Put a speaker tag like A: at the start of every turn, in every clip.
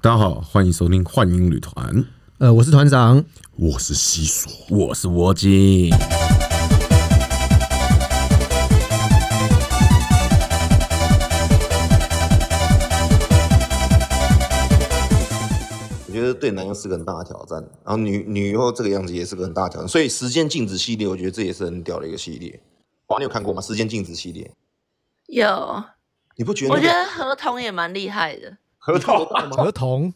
A: 大家好，欢迎收听幻影旅团，
B: 呃，我是团长，
A: 我是西索。
C: 我是窝精。
D: 我觉得对男优是个很大的挑战，然后女女优这个样子也是个很大的挑战，所以《时间静止》系列，我觉得这也是很屌的一个系列。哇，你有看过吗？《时间静止》系列，
E: 有，
D: 你不觉得
E: 我
D: 那
E: 觉
D: 个
E: 得合同也蛮厉害 的，
F: 合同
B: 合同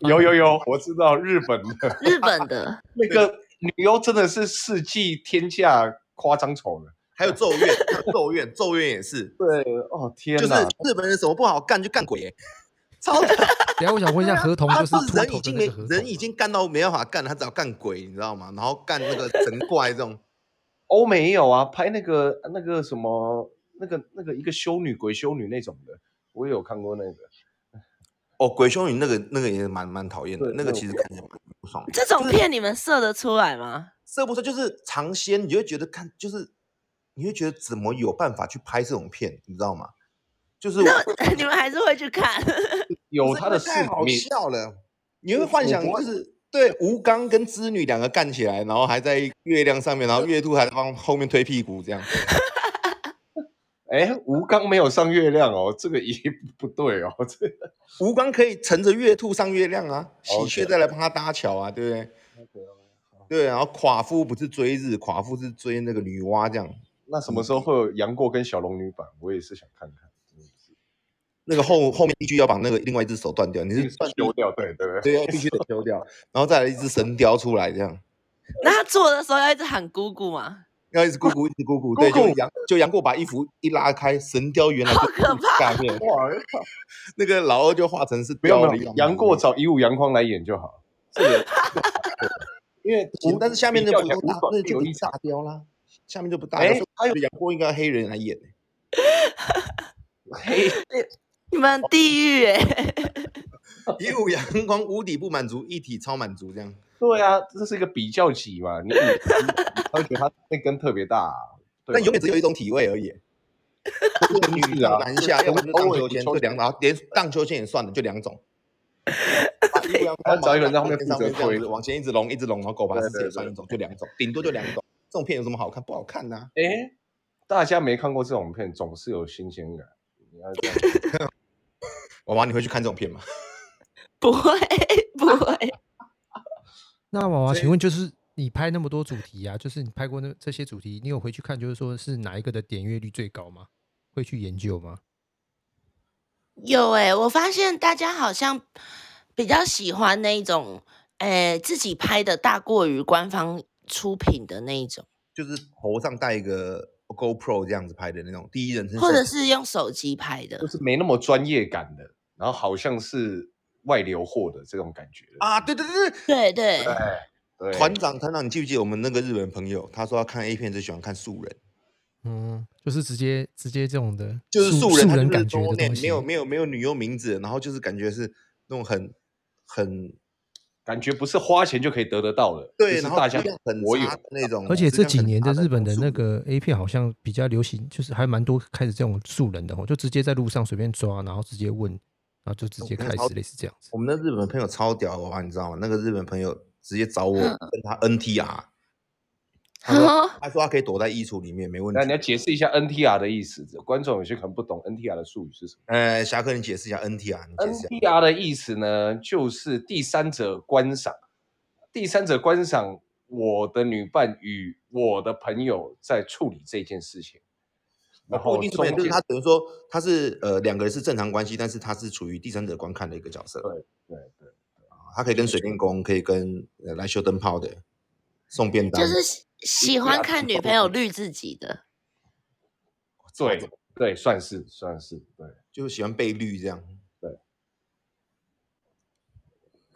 F: 有有有，我知道日本 的
E: 日本的
F: 那个女优真的是世纪天价夸张丑的。
D: 还有《咒怨》还有《咒怨》，《咒怨》也是，
F: 对，哦天
D: 就是
F: 哪！
D: 日本人什么不好干就干鬼、欸， 超屌
B: 等一下我想问一下，合同
D: 他
B: 就是是秃
D: 人
B: 头
D: 已
B: 的
D: 经
B: 那
D: 没
B: 个合同
D: 人已经干到没办法干，他只要干鬼，你知道吗？然后干那个神怪这种，
F: 欧美也有啊，拍那个那个什么那个那个一个修女鬼修女那种的，我也有看过那个。
D: 哦，鬼修女那个那个也蛮蛮讨厌的，
F: 对
D: 那个
F: 对
D: 其实看起来蛮不爽的。
E: 这种片，你们射得出来吗？
D: 这部分就是尝鲜，你就会觉得看，就是你会觉得怎么有办法去拍这种片，你知道吗？就是我
E: 你们还是会去看？
F: 有
D: 是
F: 他
D: 因为
F: 的视
D: 太好
F: 频，
D: 笑了，你
F: 我
D: 会幻
F: 我
D: 想
F: 不
D: 就
F: 会
D: 是对吴刚跟织女两个干起来，然后还在月亮上面，然后月兔还在帮后面推屁股这样。
F: 哎，吴刚没有上月亮哦，这个也不对哦， 这个
D: 吴刚可以乘着月兔上月亮啊，喜
F: OK
D: 鹊再来帮他搭桥啊，对不对？对，然后夸父不是追日，夸父是追那个女娲这样。
F: 那什么时候会有杨过跟小龙女版？我也是想看看，真的是
D: 那个后后面必须要把那个另外一只手断掉，你是断
F: 丢掉，对对对。
D: 对，要必须得修掉，然后再来一只神雕出来这样。
E: 那他做的时候要一直喊姑姑吗？
D: 要一直咕咕，一直咕咕，对，就
F: 咕
D: 杨就杨过把衣服一拉开，神雕原来
E: 好
D: 就
E: 可
D: 肚子下面，
F: 哇，
D: 那个老二就化成是
F: 没有
D: 雕的
F: 没有
D: 样，子
F: 杨过找以武杨匡来演就好。这个，因为
D: 行但是下面那不
F: 比较
D: 都
F: 讲
D: 大
F: 无所，
D: 那就
F: 有
D: 不
F: 一
D: 是
F: 场
D: 大雕啦，下面就不大
F: 哎
D: 雕。还有杨过应该黑人来演，
F: 黑
E: 你们地狱哎、
D: 一五阳光无底不满足，一体超满足这样。
F: 对啊，这是一个比较级嘛，你你他觉得他那根特别大啊、对
D: 但永远只有一种体位而已，就是女
F: 是啊
D: 上男下，要不然就荡秋千，
F: 偶
D: 就
F: 尔
D: 两然后连荡秋千也算了，就两 种。
F: 他啊找一个人在后面负
D: 上
F: 责
D: 面这
F: 推
D: 样子，往前一直隆，一直隆，然后狗把
F: 对
D: 世界
F: 对
D: 算
F: 对
D: 一种，就两种，顶多就两种。这种片有什么好看？不好看啊呐、
F: 哎、大家没看过这种片，总是有新鲜感。你要这样
D: 娃娃，你会去看这种片吗？
E: 不会不会，
B: 那娃娃，
D: 所以
B: 请问就是你拍那么多主题啊，就是你拍过那这些主题，你有回去看，就是说是哪一个的点阅率最高吗？会去研究吗？
E: 有哎、我发现大家好像比较喜欢那一种，哎、自己拍的大过于官方出品的那一种，
D: 就是头上戴一个 GoPro 这样子拍的那种第一人称摄影，
E: 或者是用手机拍的
F: 就。是没那么专业感的，然后好像是外流货的这种感觉。
D: 啊，对对对对，
E: 对对，
F: 对，
D: 团长团长，你记不记得我们那个日本朋友？他说他看 A 片只喜欢看素人，
B: 嗯，就是直接直接这种的，
D: 就是
B: 素
D: 人，他
B: 素
D: 就
B: 人
D: 是
B: 感觉
D: no
B: 的
D: name，
B: 东西，
D: 没有没有没有女优名字，然后就是感觉是那种很很
F: 感觉不是花钱就可以得得到的，
D: 对，
F: 就是
D: 然后
F: 大家
D: 质量很
F: 我有
D: 差的那种。
B: 而且
D: 质
B: 这
D: 量
B: 几
D: 很
B: 年
D: 差
B: 的
D: 的
B: 日本的
D: 素
B: 那
D: 人
B: 个 A 片好像比较流行，就是还蛮多开始这种素人的哦，就直接在路上随便抓，然后直接问，然后就直接
D: 我
B: 开
D: 超
B: 始类似这样子。
D: 我们的日本朋友超屌的话，你知道吗？那个日本朋友直接 找我
E: 嗯
D: 跟他 NTR，他说
E: 哦，
D: 他说他可以躲在衣橱里面，没问
F: 那你
D: 题。
F: 要解释一下 NTR 的意思，观众有些可能不懂 NTR 的术语是什么。
D: 呃，侠客，你解释一下 NTR，你解释一下。
F: NTR 的意思呢，就是第三者观赏。第三者观赏我的女伴与我的朋友在处理这件事情，然后
D: 不一定
F: 中
D: 怎么样，就是
F: 间
D: 他等于说他是呃两个人是正常关系，但是他是处于第三者观看的一个角色。
F: 对对，
D: 啊他可以跟水电工，可以跟呃来修灯泡的，送便当，
E: 就是喜喜欢看女朋友绿自己的。
F: 对对，算是算是对。
D: 就是喜欢被绿这样。
F: 对，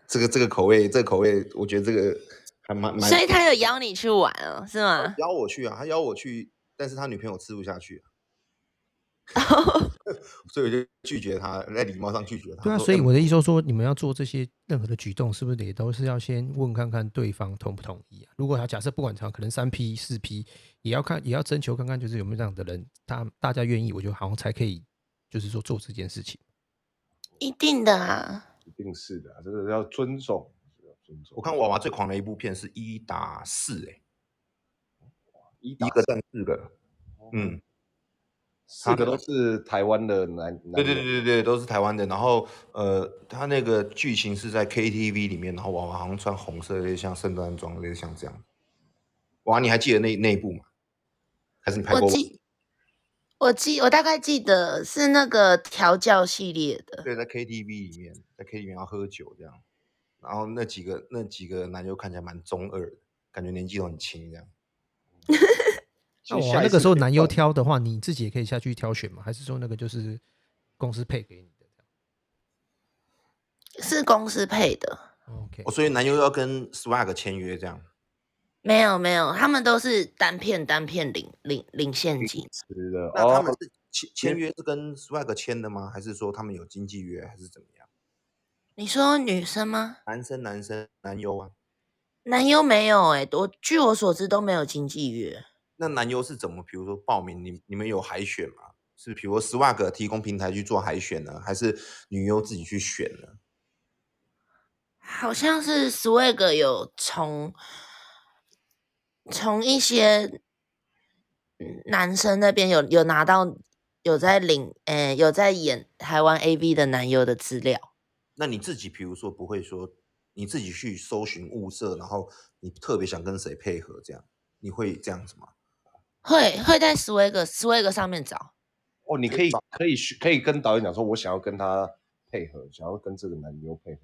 D: 这个这个口味，这个口味，我觉得这个还蛮蛮。
E: 所以他有邀你去玩哦，是 吗？
D: 邀我去啊，他邀我去，但是他女朋友吃不下去、啊。所以我就拒绝他，在礼貌上拒绝他。
B: 对啊，
D: 说
B: 所以
F: 嗯
D: 哎
B: 我的意思说说，你们要做这些任何的举动，是不是也都是要先问看看对方同不同意啊？如果他假设不管他可能三 P 四 P，也要看，也要征求看看，就是有没有这样的人，大大家愿意，我觉得好像才可以，就是说做这件事情。
E: 一定的啊，
F: 一定是的啊，这个要尊重，要尊重。
D: 我看娃娃最狂的一部片是一打四，哎，
F: 一打
D: 一个战四个，嗯，
F: 四个都是台湾的男男，
D: 对对对，对对，都是台湾的。然后呃，他那个剧情是在 KTV 里面，然后娃娃好像穿红色的，像圣诞装，类似像这样。娃娃，你还记得那那一部吗？还是你拍过
E: 我
D: 吗？
E: 记，我记，我大概记得是那个调教系列的。
D: 对，在 KTV 里面，在 KTV 里面要喝酒这样，然后那几个那几个男优看起来蛮中二的，感觉年纪都很轻这样。
F: 其
B: 那
F: 实
B: 我
F: 下一
B: 那个
F: 次
B: 时候
F: 可以
B: 男优
F: 放
B: 挑的话，你自己也可以下去挑选嘛？还是说那个就是公司配给你的
E: 是公司配的，
B: 这样？OK，
D: 哦，所以男优要跟 Swag 签约这样。
E: 没有没有，他们都是单片单片领领领现金，
F: 是的
D: 那他
F: 哦
D: 们，是签签约是跟 Swag 签的吗？还是说他们有经纪约，还是怎么样？
E: 你说女生吗？
D: 男生男生男优啊，
E: 男优没有哎、我据我所知都没有经纪约。
D: 那男优是怎么？比如说报名，你你们有海选吗？是比如说 Swag 提供平台去做海选呢，还是女优自己去选呢？
E: 好像是 Swag 有从从一些嗯男生那边有有拿到有在领诶、有在演台湾 AV 的男优的资料，
D: 那你自己，比如说不会说你自己去搜寻物色，然后你特别想跟谁配合这样，你会这样子吗？
E: 会会在 Swag Swag 上面找。
F: 哦，你可以可以去可以跟导演讲说，我想要跟他配合，想要跟这个男优配合。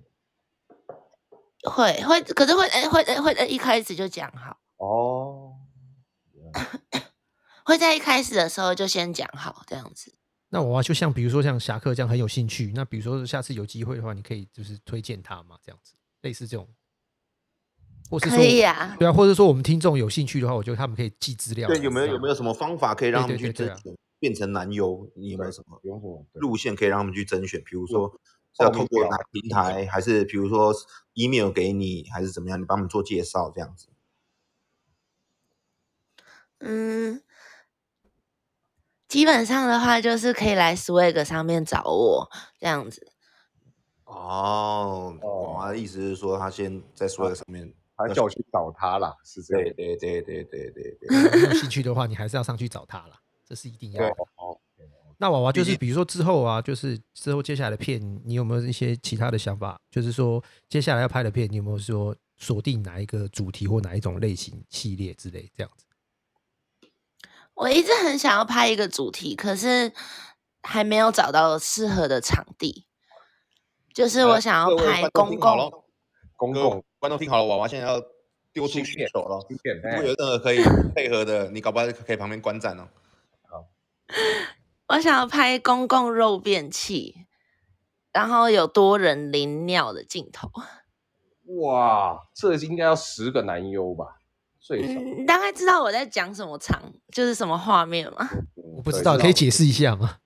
E: 会会，可是会诶会诶会诶一开始就讲好，
F: 哦，
E: 会在一开始的时候就先讲好这样子。
B: 那我啊就像比如说像侠客这样很有兴趣，那比如说下次有机会的话，你可以就是推荐他嘛，这样子类似这种，或是说
E: 可以呀、
B: 对啊，或者说我们听众有兴趣的话，我觉得他们可以寄资料来。
D: 对，有没有
B: 这样
D: 有没有什么方法可以让他们
B: 对对
D: 去
B: 对
D: 甄
B: 对啊
D: 选变成男优？你有没有什么
F: 不用说，对
D: 路线可以让他们去甄选？比如
F: 有
D: 说是要
F: 报
D: 透
F: 名
D: 过
F: 表啊
D: 哪个平台，还是比如说 email 给你，还是怎么样？你帮我们做介绍这样子。
E: 嗯，基本上的话就是可以来 Swag 上面找我这样子。
D: 哦，
F: 哦
D: 我的意思是说，他先在 Swag 上面，
F: 他叫我去找他啦，是这
D: 呃对
F: 样。
D: 对对对对对对，
B: 对啊你有兴趣的话，你还是要上去找他啦，这是一定要的。
F: 哦，
B: 那娃娃就
D: 毕
B: 是，
D: 竟
B: 比如说之后啊，就是之后接下来的片，你有没有一些其他的想法？就是说接下来要拍的片，你有没有说锁定哪一个主题或哪一种类型系列之类这样子？
E: 我一直很想要拍一个主题，可是还没有找到适合的场地。就是我想要
D: 呃各位
E: 拍
D: 观众
E: 公
D: 听好
E: 共，
D: 咯
F: 公
D: 各位
F: 共
D: 观众听好了，娃娃现在要丢出
F: 芯片
D: 去手了。
F: 芯片，
D: 如
F: 哎
D: 果有任何 可以配合的，你搞不好可以旁边观战哦。
E: 我想要拍公共肉便器，然后有多人淋尿的镜头。
F: 哇，这应该要十个男优吧，最少。
E: 嗯，你大概知道我在讲什么场，就是什么画面吗？
B: 我
F: 我
B: 不知道，可以解释一下吗？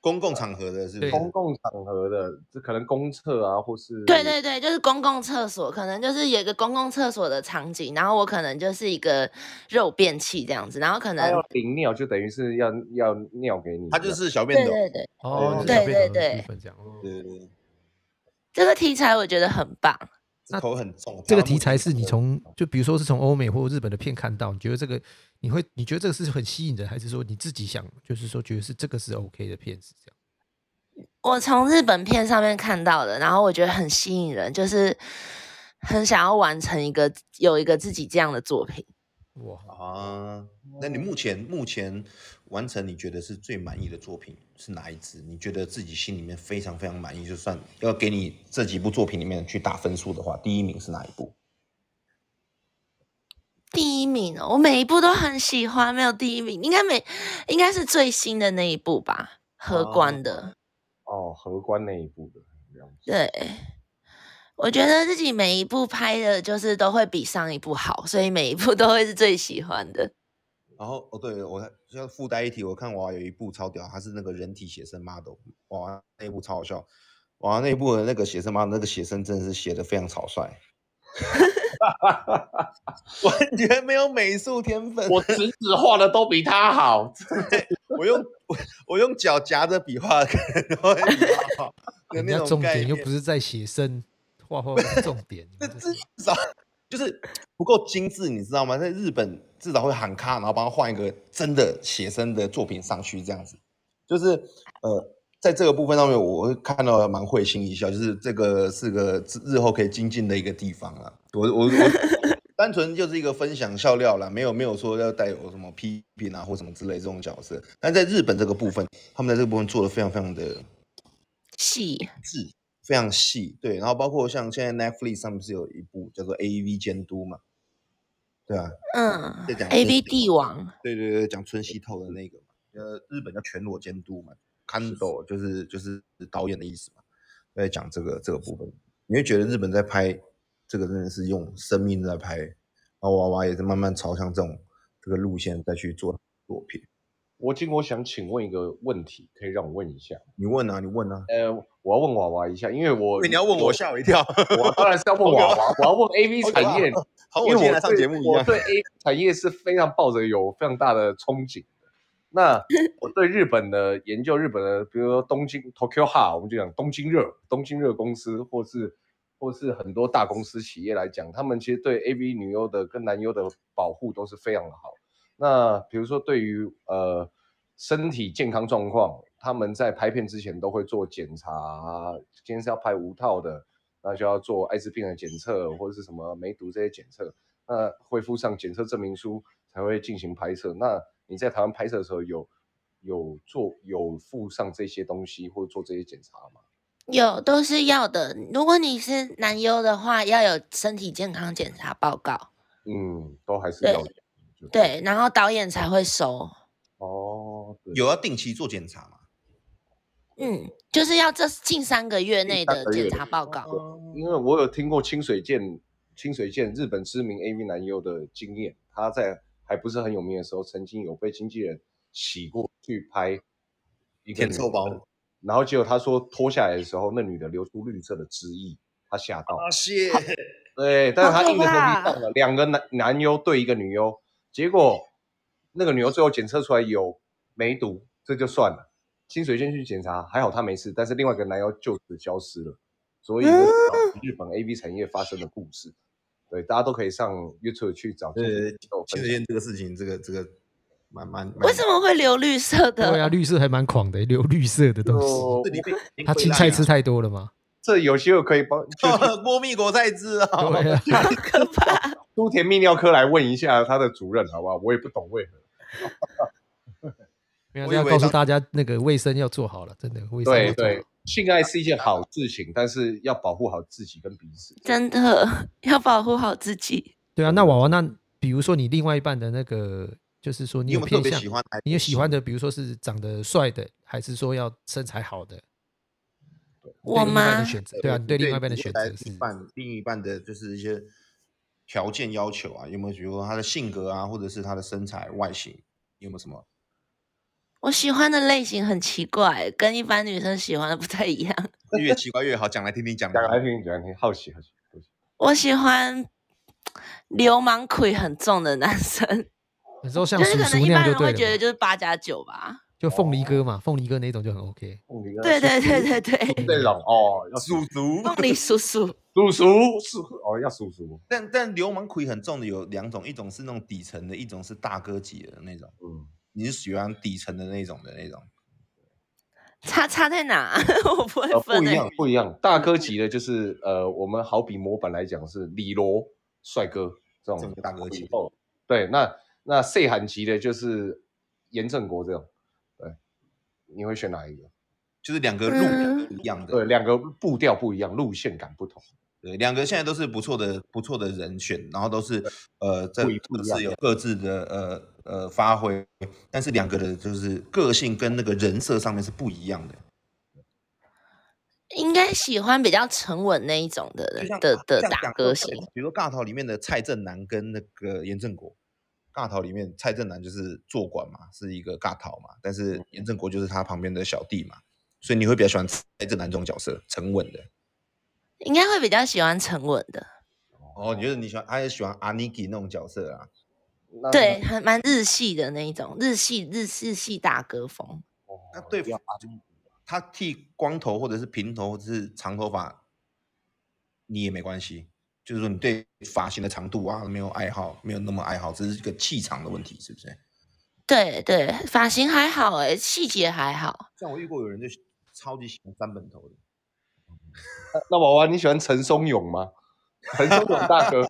D: 公共场合的是不
B: 对
D: 是？
F: 公共场合的，这可能公厕啊，或是
E: 对对对，就是公共厕所，可能就是有一个公共厕所的场景，然后我可能就是一个肉便器这样子，然后可
F: 他要
E: 能
F: 淋尿就等于是要要尿给你，
D: 他就是小
E: 对
D: 便斗。
E: 对对，
B: 哦，
D: 对
B: 这小
E: 对
B: 便
E: 对
B: 的
E: 对
B: 部分这样。哦
D: 对对对，
E: 这个题材我觉得很棒。
D: 这口很重。
B: 这个
D: 讲到
B: 题
D: 目
B: 材
D: 前
B: 是你从就比如说是从欧美或日本的片看到，你觉得这个你会你觉得这个是很吸引人，还是说你自己想就是说觉得是这个是 OK 的片子这样？
E: 我从日本片上面看到的，然后我觉得很吸引人，就是很想要完成一个有一个自己这样的作品。
B: 哇，
D: 啊，那你目前目前完成你觉得是最满意的作品是哪一支？你觉得自己心里面非常非常满意，就算要给你这几部作品里面去打分数的话，第一名是哪一部？
E: 第一名哦，我每一部都很喜欢，没有第一名，应该每应该是最新的那一部吧，荷官的。
F: 哦荷官那一部的了解
E: 对，我觉得自己每一部拍的，就是都会比上一部好，所以每一部都会是最喜欢的。
D: 然后哦，对我还要附带一提，我看娃娃有一部超屌，它是那个人体写生 model，娃娃那一部超好笑，娃娃那一部的那个写生 model 那个写生真的是写的非常草率， 完全没有美术天分。
F: 我侄子画的都比他好，
D: 我用我我用脚夹着笔画，可能会比较好。的
B: 啊人
D: 那
B: 家
D: 种
B: 重
D: 概
B: 点又
D: 念
B: 不是在写生画 画，不是重点。你
D: 这
B: 们这
D: 至少就是不够精致，你知道吗？在日本至少会喊卡，然后帮他换一个真的写生的作品上去，这样子。就是呃，在这个部分上面，我会看到蛮会心一笑，就是这个是个日日后可以精进的一个地方啊。我我 我单纯就是一个分享笑料啦，没有没有说要带有什么批评啊或什么之类这种角色。但在日本这个部分，他们在这个部分做的非常非常的
E: 戏
D: 非常细，对，然后包括像现在 Netflix 上面不是有一部叫做《A V 监督》嘛，对啊，
E: 嗯
D: 在讲
E: ，A
D: 春
E: V
D: 熙
E: 帝王，
D: 对对对，讲村西透的那个嘛，呃，日本叫全裸监督嘛，Kando 就是就是导演的意思嘛，在讲这个这个部分，你会觉得日本在拍这个真的是用生命在拍，然后娃娃也是慢慢朝向这种这个路线再去做作品。
F: 我今我想请问一个问题，可以让我问一下？
D: 你问啊，你问啊，
F: 呃，我要问娃娃一下，因为我
D: 我一跳，
F: 我当然是要问娃娃，我要问 A V
D: 好可怕
F: 产业，
D: 好，我
F: 因为
D: 今天
F: 我
D: 来上
F: 对
D: 节目一
F: 我
D: 样，
F: 对 A 产业是非常抱着有非常大的憧憬的。 那我对日本的研究，日本的比如说东京 Tokyo Ha，我们就讲东京热，东京热公司，或是或是很多大公司企业来讲，他们其实对 A V 女优的跟男优的保护都是非常的好。那比如说对于呃身体健康状况，他们在拍片之前都会做检查，啊今天是要拍无套的，那就要做艾滋病的检测或者是什么梅毒这些检测，那会附上检测证明书才会进行拍摄。那你在台湾拍摄的时候有有做有附上这些东西或者做这些检查吗？
E: 有都是要的。如果你是男优的话，要有身体健康检查报告，
F: 嗯，都还是
E: 对
F: 要有就
E: 对，然后导演才会收。
F: 哦，对
D: 有要定期做检查嘛？
E: 嗯，就是要这近三个月内
F: 三
E: 的
F: 个月
E: 检
F: 的
E: 查报告。
D: 嗯哦
F: 因为我有听过清水健，清水健日本知名 AV 男优的经验，他在还不是很有名的时候，曾经有被经纪人洗过去拍一个
D: 舔
F: 女
D: 臭
F: 的
D: 包，
F: 然后结果他说脱下来的时候，那女的流出绿色的汁液，他吓到。
D: 谢。
F: 对，但是
E: 好
F: 他
E: 可
F: 硬着头
E: 怕
F: 皮上了两个男男优对一个女优，结果那个女优最后检测出来有梅毒，这就算了。清水先去检查，还好他没事，但是另外一个男优就此消失了。所以呢，
E: 嗯
F: 导致日本 A V 产业发生的故事，对，大家都可以上 YouTube 去找清水
D: 呃
F: 健都有
D: 清
F: 分享。
D: 水健这个事情，这个这个蛮蛮蛮
E: 为什么会流绿色
B: 对
E: 的？
B: 啊，绿色还蛮狂的，留绿色的东西。
F: 就
D: 这里被
B: 他青菜吃太多了嘛？
F: 这有些我可以帮，就
D: 波蜜果菜汁啊，
B: 对啊，
E: 好可怕！
F: 都田泌尿科来问一下他的主任，好不好？我也不懂为何。
B: 没有
D: 我
B: 这要
D: 以为
B: 告诉
D: 当
B: 大家那个卫生要做好了，真的卫生
F: 对
B: 要做好
F: 对。，性爱是一件好事情，但是要保护好自己跟彼此。
E: 真的要保护好自己。
B: 对啊，
D: 嗯
B: 那娃娃，那比如说你另外一半的那个，就是说
D: 你
B: 你
D: 有没有特
B: 偏
D: 别
B: 向
D: 喜，欢？
B: 你有喜欢的，比如说是长得帅的，还是说要身材好的？对
E: 我
B: 另外一半的
E: 吗？
B: 选择，对啊，你对另外一半的选择是
D: 另一半另一半的就是一些条件要求啊，有没有？比如说他的性格啊，或者是他的身材外形，有没有什么？
E: 我喜欢的类型很奇怪，跟一般女生喜欢的不太一样。
D: 越奇怪越好，讲来听听，讲
F: 讲来
D: 来听。
F: 听，讲来听，好奇好奇。好奇
E: 我喜欢流氓鬼很重的男生，
B: 有时候像
E: 就是
B: 叔
E: 可能
B: 叔
E: 一
B: 那样
E: 般
B: 就
E: 人
B: 对
E: 会觉得
B: 了
E: 哦
B: 嘛，
E: 就是八加九吧。
B: 就凤梨哥嘛，凤梨哥那种就很 OK。
E: 对对对对 对，
F: 这种哦，要
D: 属足，
E: 凤梨叔叔，
F: 叔叔叔哦，要叔叔，
D: 但但流氓魁很重的有两种，一种是那种底层的，一种是大哥级的那种。
F: 嗯，
D: 你是喜欢底层的那种的那种？
E: 差差在哪？ 我不会
F: 呃，不
E: 分欸
F: 一
E: 诶、
F: 样不一样。大哥级的就是呃，我们好比模板来讲是李罗帅哥这
D: 这
F: 种
D: 种大哥级
F: 哦，对，那那 C 韩级的就是严正国这种，对，你会选哪一个？
D: 就是两个路不
E: 嗯
D: 一样的，
F: 对，两个步调不一样，路线感不同。
D: 对，两个现在都是不错的、不错的人选，然后都是呃，在
F: 不一
D: 各
F: 不一样
D: 自有各自的呃呃发挥，但是两个的就是个性跟那个人设上面是不一样的。
E: 应该喜欢比较沉稳那一种的
D: 就
E: 人
D: 像
E: 的的
D: 像
E: 大
D: 讲
E: 哥
D: 说
E: 型。
D: 比如说《尬逃》里面的蔡正南跟那个严正国，《尬逃》里面蔡正南就是坐馆嘛，是一个尬逃嘛，但
E: 嗯
D: 是严正国就是他旁边的小弟嘛，所以你会比较喜欢蔡正南这种角色，沉稳的。
E: 应该会比较喜欢沉稳的，
D: 哦，你觉得你喜欢，他也喜欢阿尼基那种角色啊？
F: 那
E: 对，，很蛮日系的那一种，日系日日系大哥风。
F: 哦
D: 那对
F: 要
D: 他剃光头或者是平头或者是长头发，你也没关系。就是说你对发型的长度啊没有爱好，没有那么爱好，只是一个气场的问题，是不是？
E: 对对，发型还好哎、细节还好。
D: 像我遇过有人就超级喜欢三本头的，
F: 那娃娃，你喜欢陈松勇吗？陈松勇大哥，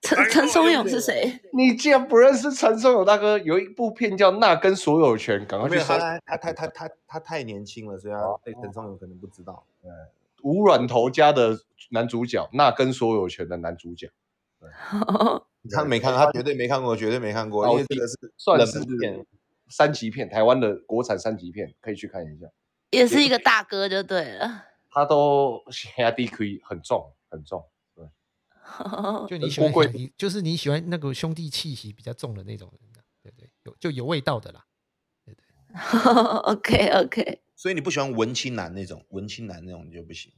E: 陈陈松勇是谁？
F: 你竟然不认识陈松勇大哥？有一部片叫《那跟所有权》，赶快
D: 没
F: 去
D: 有
F: 搜
D: 他。他他他他他太年轻了，所以他对陈松勇可能不知道。
F: 无软头家的男主角，《那跟所有权》的男主角，
D: 他没看，他绝对没看过，绝对没看过，
F: 哦
D: 因为这个是
F: 算
D: 冷
F: 是
D: 门片
F: 三级片，台湾的国产三级片，可以去看一下。
E: 也是一个大哥就对了。
F: 他都 下地可以 E 很重很重，
B: 就你喜
F: 郭
B: 欢
F: 贵
B: 两一，就是你喜欢那个兄弟气息比较重的那种人、啊，对对，有就有味道的啦。
E: OK OK，
D: 所以你不喜欢文青男那种，文青男那种你就不行，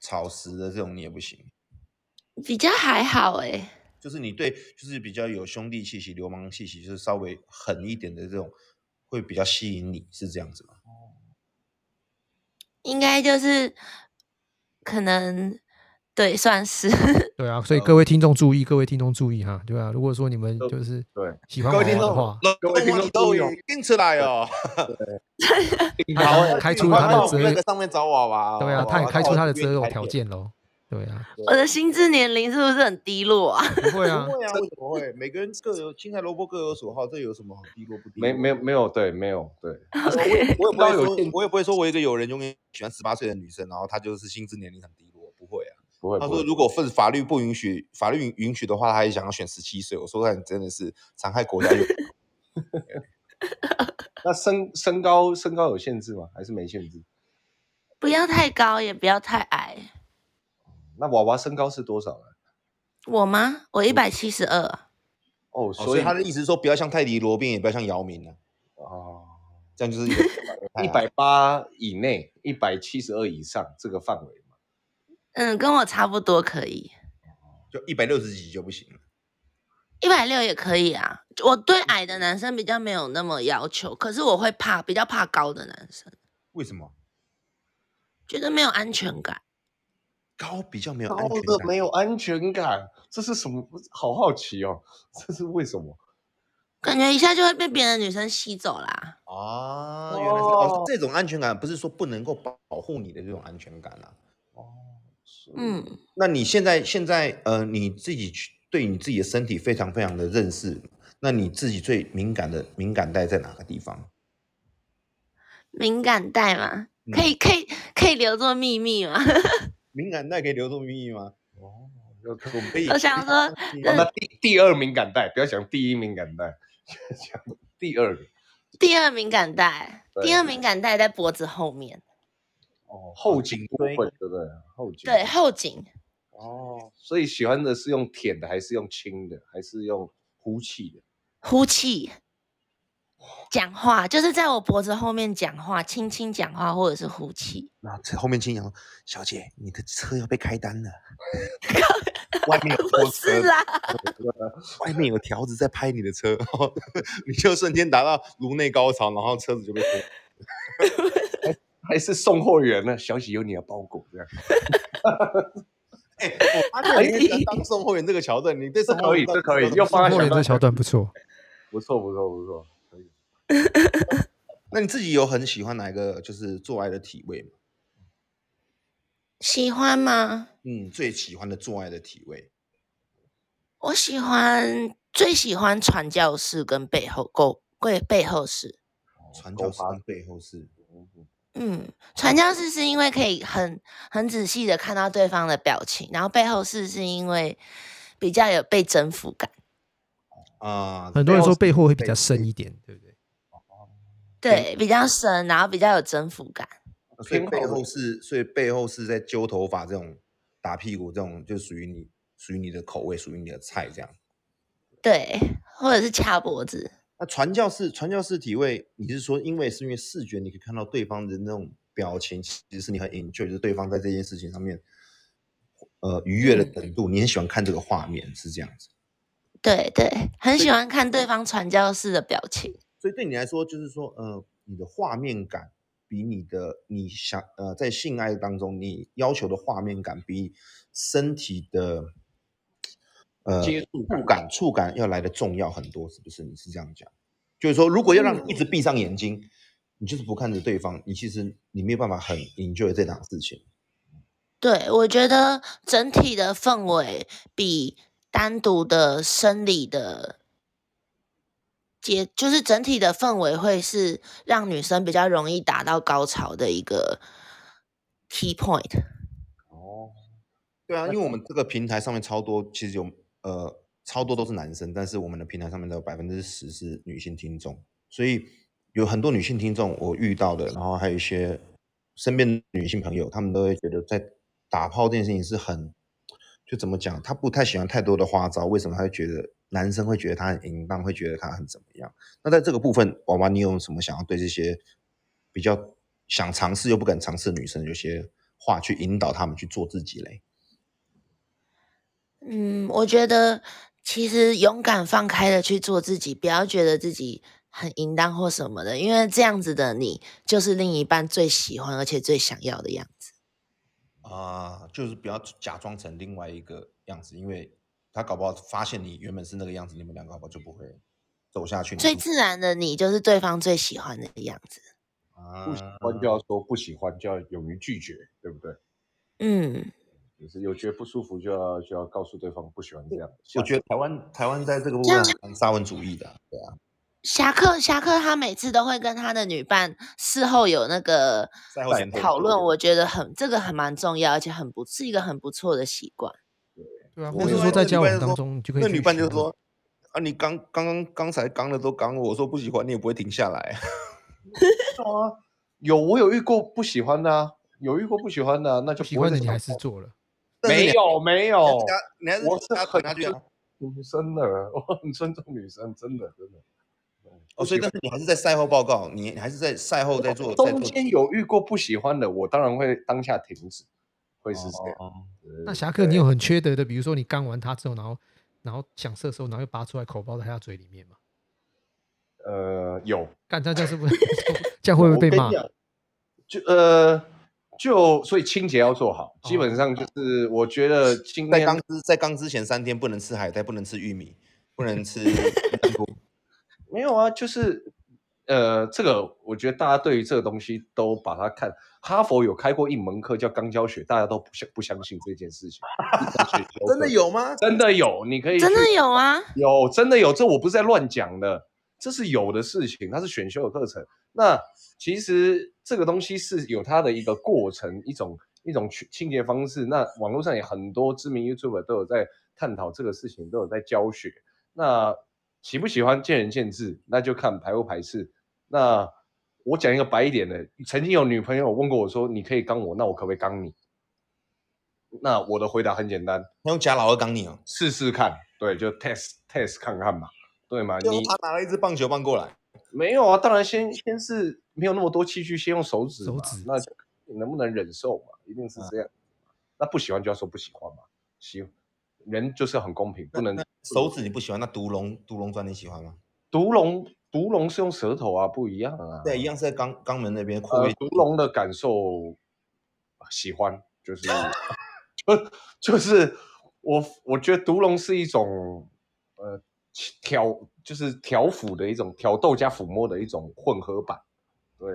D: 草食的这种你也不行，
E: 比较还好哎、
D: 就是你对就是比较有兄弟气息、流氓气息，就是稍微狠一点的这种，会比较吸引你，是这样子吗？
E: 应该就是可能对，算是
B: 对啊，所以各位听众注意，各位听众注意哈，对啊，如果说你们
F: 都
B: 就是
F: 对，
B: 喜欢
D: 各
B: 娃
D: 位
B: 娃
D: 听
B: 的
D: 众
B: 话，
F: 各位听众
D: 你都
F: 注意哦
D: 已经出来哦，
F: 顶
B: 他
F: 桃
B: 好
F: 哎
B: 开出
D: 快
B: 他的
D: 到我们
B: 择
D: 那个上面找我吧。
B: 对啊，
D: 我
B: 他也开出他的择偶
D: 我
B: 条件喽。对啊，
E: 我的心智年龄是不是很低落啊？
B: 不会啊
D: 不，会啊，为什么会？每个人各有青菜萝卜各有所好，这有什么好低落不低落？
F: 没没有没有对没有对，
D: 我也不
F: 刚
D: 会
F: 有
D: 说
F: 见，
D: 我也不会说我一个友人永远喜欢十八岁的女生，然后她就是心智年龄很低落，不会啊。
F: 不会
D: 他
F: 不
D: 说
F: 会，
D: 如果份法律不允许，法律允允许的话，他也想要选十七岁。我说那你真的是残害国家有
F: 那身身高身高有限制吗？还是没限制？
E: 不要太高，也不要太矮。
F: 那娃娃身高是多少啊呢？
E: 我吗？我一百七十二，
F: 哦，
D: 哦
F: 所
D: 所
F: 以
D: 以他的意思是说，不要像泰迪罗宾，也不要像姚明啊，
F: 哦，
D: 这样 就是一个哎
F: 一百八以内，一百七十二以上这个范围嘛，
E: 嗯，跟我差不多可以，
D: 就一百六十几就不行了。
E: 一百六也可以啊。我对矮的男生比较没有那么要求，可是我会怕，比较怕高的男生，
D: 为什么？
E: 觉得没有安全感。
D: 高比较没有
F: 高
D: 安全
F: 的
D: 感，
F: 没有安全感，这是什么？好好奇哦，这是为什么？
E: 感觉一下就会被别的女生吸走啦。
D: 啊，原来是哦，这种安全感不是说不能够保保护你的这种安全感啊。
F: 哦，所以，
E: 嗯，
D: 那你现在现在呃，你自己去对你自己的身体非常非常的认识，那你自己最敏感的敏感带在哪个地方？
E: 敏感带嘛，可
F: 嗯
E: 以可以可以留作秘密嘛。
D: 敏感带可以留住秘密吗？
F: 哦，要看我们
D: 可以。
E: 我想 说，
F: 哦那
E: 嗯
F: 第第二敏感带，不要讲第一敏感带， 讲第二个
E: 第二敏感带，第
F: 对
E: 二敏感带在脖子后面，
F: 哦，后颈部
D: 椎
F: 分，对不对？后颈
E: 对后颈。
F: 哦，所以喜欢的是用舔的，还是用亲的，还是用呼气的？
E: 呼气，讲话就是在我脖子后面讲话，轻轻讲话或者是呼气。
D: 那这后面青扬，小姐，你的车要被开单 了，
F: 外面 有
E: 不是啦，
D: 外面有条子在拍你的车， 然后你就瞬间达到颅内高潮，然后车子就被推。
F: 还是送货员呢？小姐有你的包裹这样，
D: 哎、我发现你很喜欢当送货员这个桥段，你对
F: 这
D: 送货
F: 可以，
D: 员
F: 这可以，又
B: 宋
F: 放在
B: 后
F: 想
B: 人
F: 到
B: 这桥段不错。
F: 不错，不错，不错，可以。
D: 那你自己有很喜欢哪一个就是做爱的体位吗？
E: 喜欢吗？
D: 嗯，最喜欢的做爱的体位，
E: 我喜欢，最喜欢传教士跟背后勾跪背后式。
F: 哦
B: 哦
D: 传教士
F: 勾
D: 跟背后是
E: 嗯，传教士是因为可以很很仔细的看到对方的表情，然后背后式是因为比较有被征服感。
D: 啊，
B: 很多人说背后会比
D: 背
B: 较深
D: 背
B: 一点，对不对？
E: 对，比较深，然后比较有征服感。
D: 所以
F: 偏好
D: 背
F: 的
D: 后是，所以背后是在揪头发这种、打屁股这种，就属于你，属于你的口味，属于你的菜这样。
E: 对，或者是掐脖子。
D: 那传教士传教士体位，你是说因为是因为视觉你可以看到对方的那种表情，其实是你很 enjoy，就是对方在这件事情上面，呃，愉悦的程度，你很喜欢看这个画面，是这样子。
E: 对对，很喜欢看对方传教士的表情。
D: 所以对你来说，就是说，呃，你的画面感比你的你想呃在性爱当中你要求的画面感比身体的呃
F: 接触感
D: 触感触感要来的重要很多，是不是？你是这样讲？就是说，如果要让你一
F: 嗯
D: 直闭上眼睛，你就是不看着对方，你其实你没有办法很 enjoy 这档事情。
E: 对，我觉得整体的氛围比单独的生理的接，就是整体的氛围会是让女生比较容易达到高潮的一个 key point。
F: 哦，
D: 对啊，因为我们这个平台上面超多，其实有呃超多都是男生，但是我们的平台上面的百分之十是女性听众，所以有很多女性听众我遇到的，然后还有一些身边的女性朋友，她们都会觉得在打炮这件事情是很就怎么讲，她不太喜欢太多的花招，为什么她会觉得男生会觉得她很淫荡，会觉得她很怎么样？那在这个部分，娃娃你有什么想要对这些比较想尝试又不敢尝试的女生有些话去引导她们去做自己嘞？
E: 嗯，我觉得其实勇敢放开的去做自己，不要觉得自己很淫荡或什么的，因为这样子的你就是另一半最喜欢而且最想要的样子。
D: 啊，就是不要假装成另外一个样子，因为他搞不好发现你原本是那个样子，你们两个搞不好就不会走下去。你
E: 最
D: 就
E: 自然的你就是对方最喜欢的样子。
D: 啊
F: 不喜欢就要说不喜欢，就要勇于拒绝，对不对？
E: 嗯，
F: 就是有觉得不舒服就要就要告诉对方不喜欢这样。
D: 我
F: 得
D: 觉得台湾台湾在这个部
E: 这
D: 分
E: 样
D: 很沙文主义的啊，对啊，
E: 侠客侠客他每次都会跟他的女伴事后有那个呃
D: 赛后检讨
E: 讨论，我觉得很这个很蛮重要，而且很不是一个很不错的习惯。
B: 对啊，
D: 我
B: 或者
D: 另外
B: 说
D: 一个
B: 在
D: 女
B: 交
D: 伴
B: 往
D: 就
B: 当
D: 说
B: 中，你就可以
D: 那
B: 去
D: 女伴就
B: 询问
D: 说啊，你刚刚刚刚才刚了都刚我，我说不喜欢你也不会停下来，
F: 啊，有我有遇过不喜欢的、啊，有遇过不喜欢的啊、那就
B: 不喜
F: 不会
B: 欢的
F: 再
B: 你还
F: 想
B: 是做了，
D: 但是
F: 没
D: 你
F: 有 没
D: 还
F: 有
D: 是，加，你还是
F: 哦我是
D: 加
F: 很
D: 他去啊，
F: 女生的，我很尊重女生，真的真的。
D: 哦，所以但是你还是在赛后报告，你你还是在赛后在做，在做
F: 中间有遇过不喜欢的，我当然会当下停止，会是这样。
D: 哦
B: 那侠客你有很缺德的，比如说你刚完他之后，然后然后想射的时候，然后又拔出来口包在他嘴里面嘛？
F: 呃有，
B: 干这样这样是不是 这样会不会被骂
F: 我跟你？讲就呃就所以清洁要做好，基本上就是我觉得今
D: 在
F: 天
D: 刚之在刚之前三天不能吃海带，不能吃玉米，不能 吃南瓜
F: 没有啊，就是呃，这个我觉得大家对于这个东西都把它看。哈佛有开过一门课叫肛交学，大家都不相不相信这 件事情。
D: 真的？有吗？
F: 真的有，你可以
E: 真的
F: 去
E: 有啊，
F: 有，真的有，这我不是在乱讲的，这是有的事情，它是选修的课程。那其实这个东西是有它的一个过程，一种一种去清洁方式。那网络上也很多知名 YouTuber 都有在探讨这个事情，都有在教学。那喜不喜欢见仁见智，那就看排不排斥。那我讲一个白一点的，曾经有女朋友问过我说：“你可以刚我，那我可不可以刚你？”那我的回答很简单，
D: 他用假老二刚你哦，
F: 试试看，对，就 test test 看看嘛，对
E: 啊
F: 嘛？
D: 最后
F: 你
D: 他拿了一支棒球棒过来，
F: 没有啊？当然先先是没有那么多器具，先用手指嘛，
B: 手指
F: 那你能不能忍受嘛？一定是
D: 嗯
F: 这样。那不喜欢就要说不喜欢嘛，喜人就是很公平，不能
E: 嗯
D: 手指你不喜欢，那独龙独龙砖你喜欢吗？
F: 独龙独龙是用舌头啊，不一样啊。
E: 嗯
D: 对，一样是在肛肛门那边扩
F: 呃
D: 位，，
F: 独龙的感受呃喜欢，就是就就是我我觉得独龙是一种呃挑就是挑抚的一种挑逗加抚摸的一种混合版，对，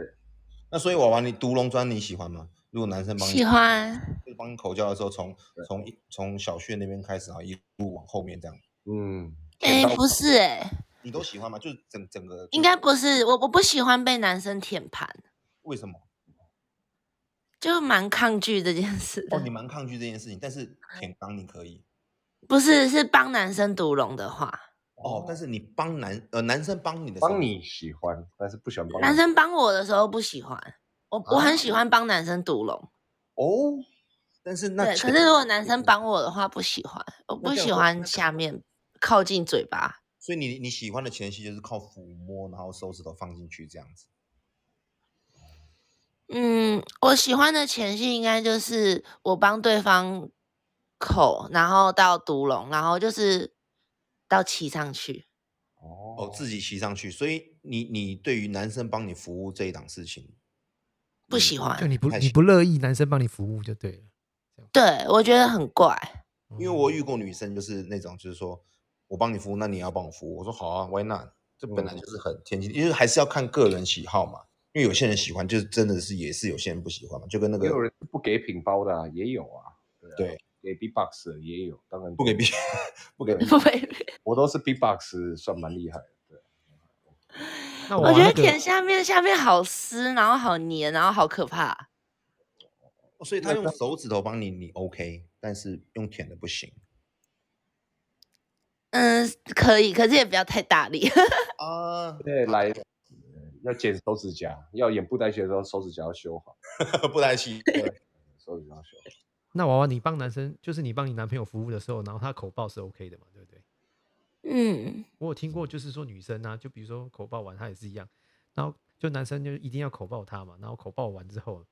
D: 那所以娃娃你独龙砖你喜欢吗？如果男生帮你
E: 喜，欢。
D: 就是帮你口交的时候，从
F: 对
D: 从一从小穴那边开始，然后一路往后面这样，
F: 嗯，
E: 哎、
F: 舔到
E: 不是哎、
D: 你都喜欢吗？就是整整个
E: 应该不是我，我不喜欢被男生舔盘，
D: 为什么？
E: 就蛮抗拒这件事的。
D: 哦，你蛮抗拒这件事情，但是舔肛你可以
E: 不是，是帮男生独龙的话，
D: 哦，但是你帮男呃男生帮你的时候，
F: 帮你喜欢，但是不喜欢帮
E: 男
F: 你
E: 生帮我的时候不喜欢。我我很喜欢帮男生独龙，
D: 哦，但是那
E: 对。可
D: 前嗯
E: 是如果男生帮我的话，不喜欢，我
D: 那
E: 不
D: 这样
E: 喜
D: 会
E: 欢下面靠近嘴巴。
D: 所以你你喜欢的前戏就是靠抚摸，然后手指头放进去这样子。
E: 嗯，我喜欢的前戏应该就是我帮对方口，然后到独龙，然后就是到骑上去。
F: 哦
D: 哦，自己骑上去。所以你你对于男生帮你服务这一档事情，
E: 不喜
B: 就
E: 欢。
B: 你不
D: 太
B: 你
D: 喜
B: 不乐意男生帮你服务就对了。哦
E: 对我觉得很怪，
D: 因为我
B: 嗯
D: 遇过女生，就是那种，就是说我帮你服务，那你也要帮我服务。我说好啊，Why not？这本来就是很天经，因为还是要看个人喜好嘛。因为有些人喜欢，就是真的是也是有些人不喜欢嘛，就跟那
F: 也有
D: 个
F: 人不给品包的、啊、也有啊，啊
D: 对
F: 给 B box 的也有，当然
D: 不给 B，不 给 B，
F: 我都是 B box 算蛮厉害的，对，
B: 那
E: 我觉
B: 那
E: 得
B: 个
E: 舔下面下面好湿，然后好黏，然后好可怕。
D: 哦所以他用手指头帮你，你 OK，但是用舔的不行
E: 嗯，可以，可是也不要太大力。
D: 啊，
F: 对，来呃要剪手指甲，要演布袋戏的时候手指甲要修好，
D: 不太行。对
F: 手指甲要修好。
B: 那娃娃，你帮男生就是你帮你男朋友服务的时候，然后他口爆是 OK 的嘛，对不对？
E: 嗯，
B: 我有听过，就是说女生啊，就比如说口爆完，她也是一样，然后就男生就一定要口爆她嘛，然后口爆完之后，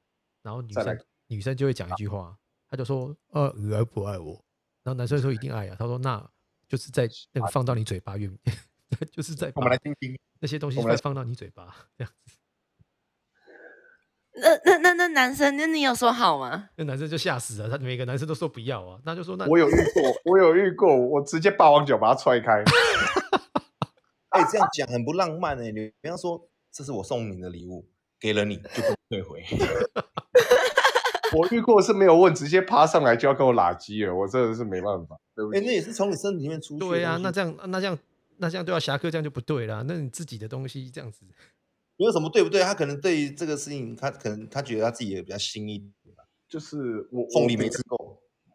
B: 然后女
F: 再来
B: 生女生就会
D: 啊
B: 讲一句话，她就说呃，女儿不爱我，然后男生说一定爱啊，他说那就是在那个放到你嘴巴 原，就是在
D: 啊我们
B: 把
D: 来听听，
B: 那些东西
D: 我们来
B: 再放到你嘴巴这样子，
E: 那那那那男生，那你有说好吗？
B: 那男生就吓死了，他每个男生都说不要啊，那就说那
F: 我有遇过，我有遇过，我直接霸王脚把它踹开。
D: 哎、这样讲很不浪漫哎、你不要说这是我送你的礼物，给了你就不退回。
F: 我遇过是没有问，直接爬上来就要跟我拉鸡了，我真的是没办法，对不
D: 哎、
F: 起。
D: 那也是从你身体里面出去的东西。
B: 对啊，那这样那这样那这样对啊，侠客这样就不对啦，那你自己的东西这样子。
D: 没有什么对不对，他可能对于这个事情，他可能他觉得他自己也比较新一点，
F: 就是我
D: 凤
F: 我
D: 梨
F: 比
D: 没
F: 较
D: 吃够。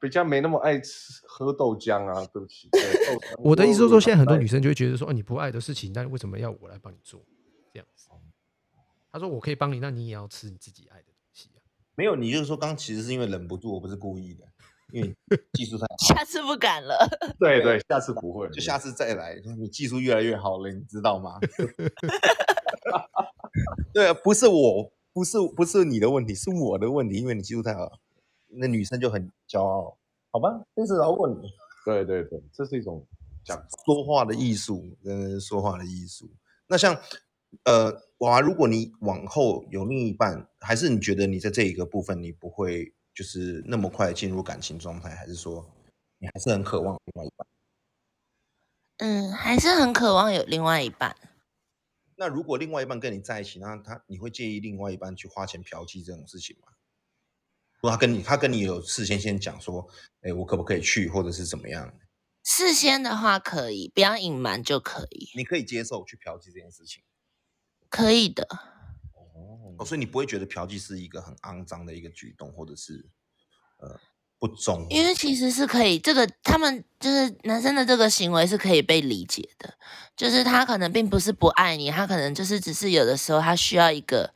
F: 比较没那么爱吃喝豆浆啊，对不 起。对豆浆
B: 我的意思是
F: 豆
B: 说，
F: 乳
B: 现在很多
F: 奶
B: 女生就会觉得说，哦，你不爱的事情，但为什么要我来帮你做？这样子。他说我可以帮你，那你也要吃你自己爱的东西啊。
D: 没有，你就是说刚其实是因为忍不住，我不是故意的，因为技术上
E: 下次不敢了。
F: 对对，下次不会了，
D: 就下次再来，你技术越来越好了，你知道吗？ 对啊，不是我，不是不是你的问题，是我的问题，因为你技术太好了，那女生就很骄傲，好吧？这是要问你
F: 对对对，这是一种讲法。
D: 说话的艺术，嗯，说话的艺术。那像呃，娃娃，如果你往后有另一半，还是你觉得你在这一个部分你不会就是那么快进入感情状态，还是说你还是很渴望另外一半？
E: 嗯，还是很渴望有另外一半。
D: 那如果另外一半跟你在一起，那他你会介意另外一半去花钱嫖妓这种事情吗？如果他跟你，他跟你有事先先讲说，哎，我可不可以去，或者是怎么样？
E: 事先的话可以，不要隐瞒就可以，
D: 你可以接受去嫖妓这件事情，
E: 可以的。
F: 哦
D: 哦，所以你不会觉得嫖妓是一个很肮脏的一个举动，或者是呃不忠？
E: 因为其实是可以，这个他们就是男生的这个行为是可以被理解的，就是他可能并不是不爱你，他可能就是只是有的时候他需要一个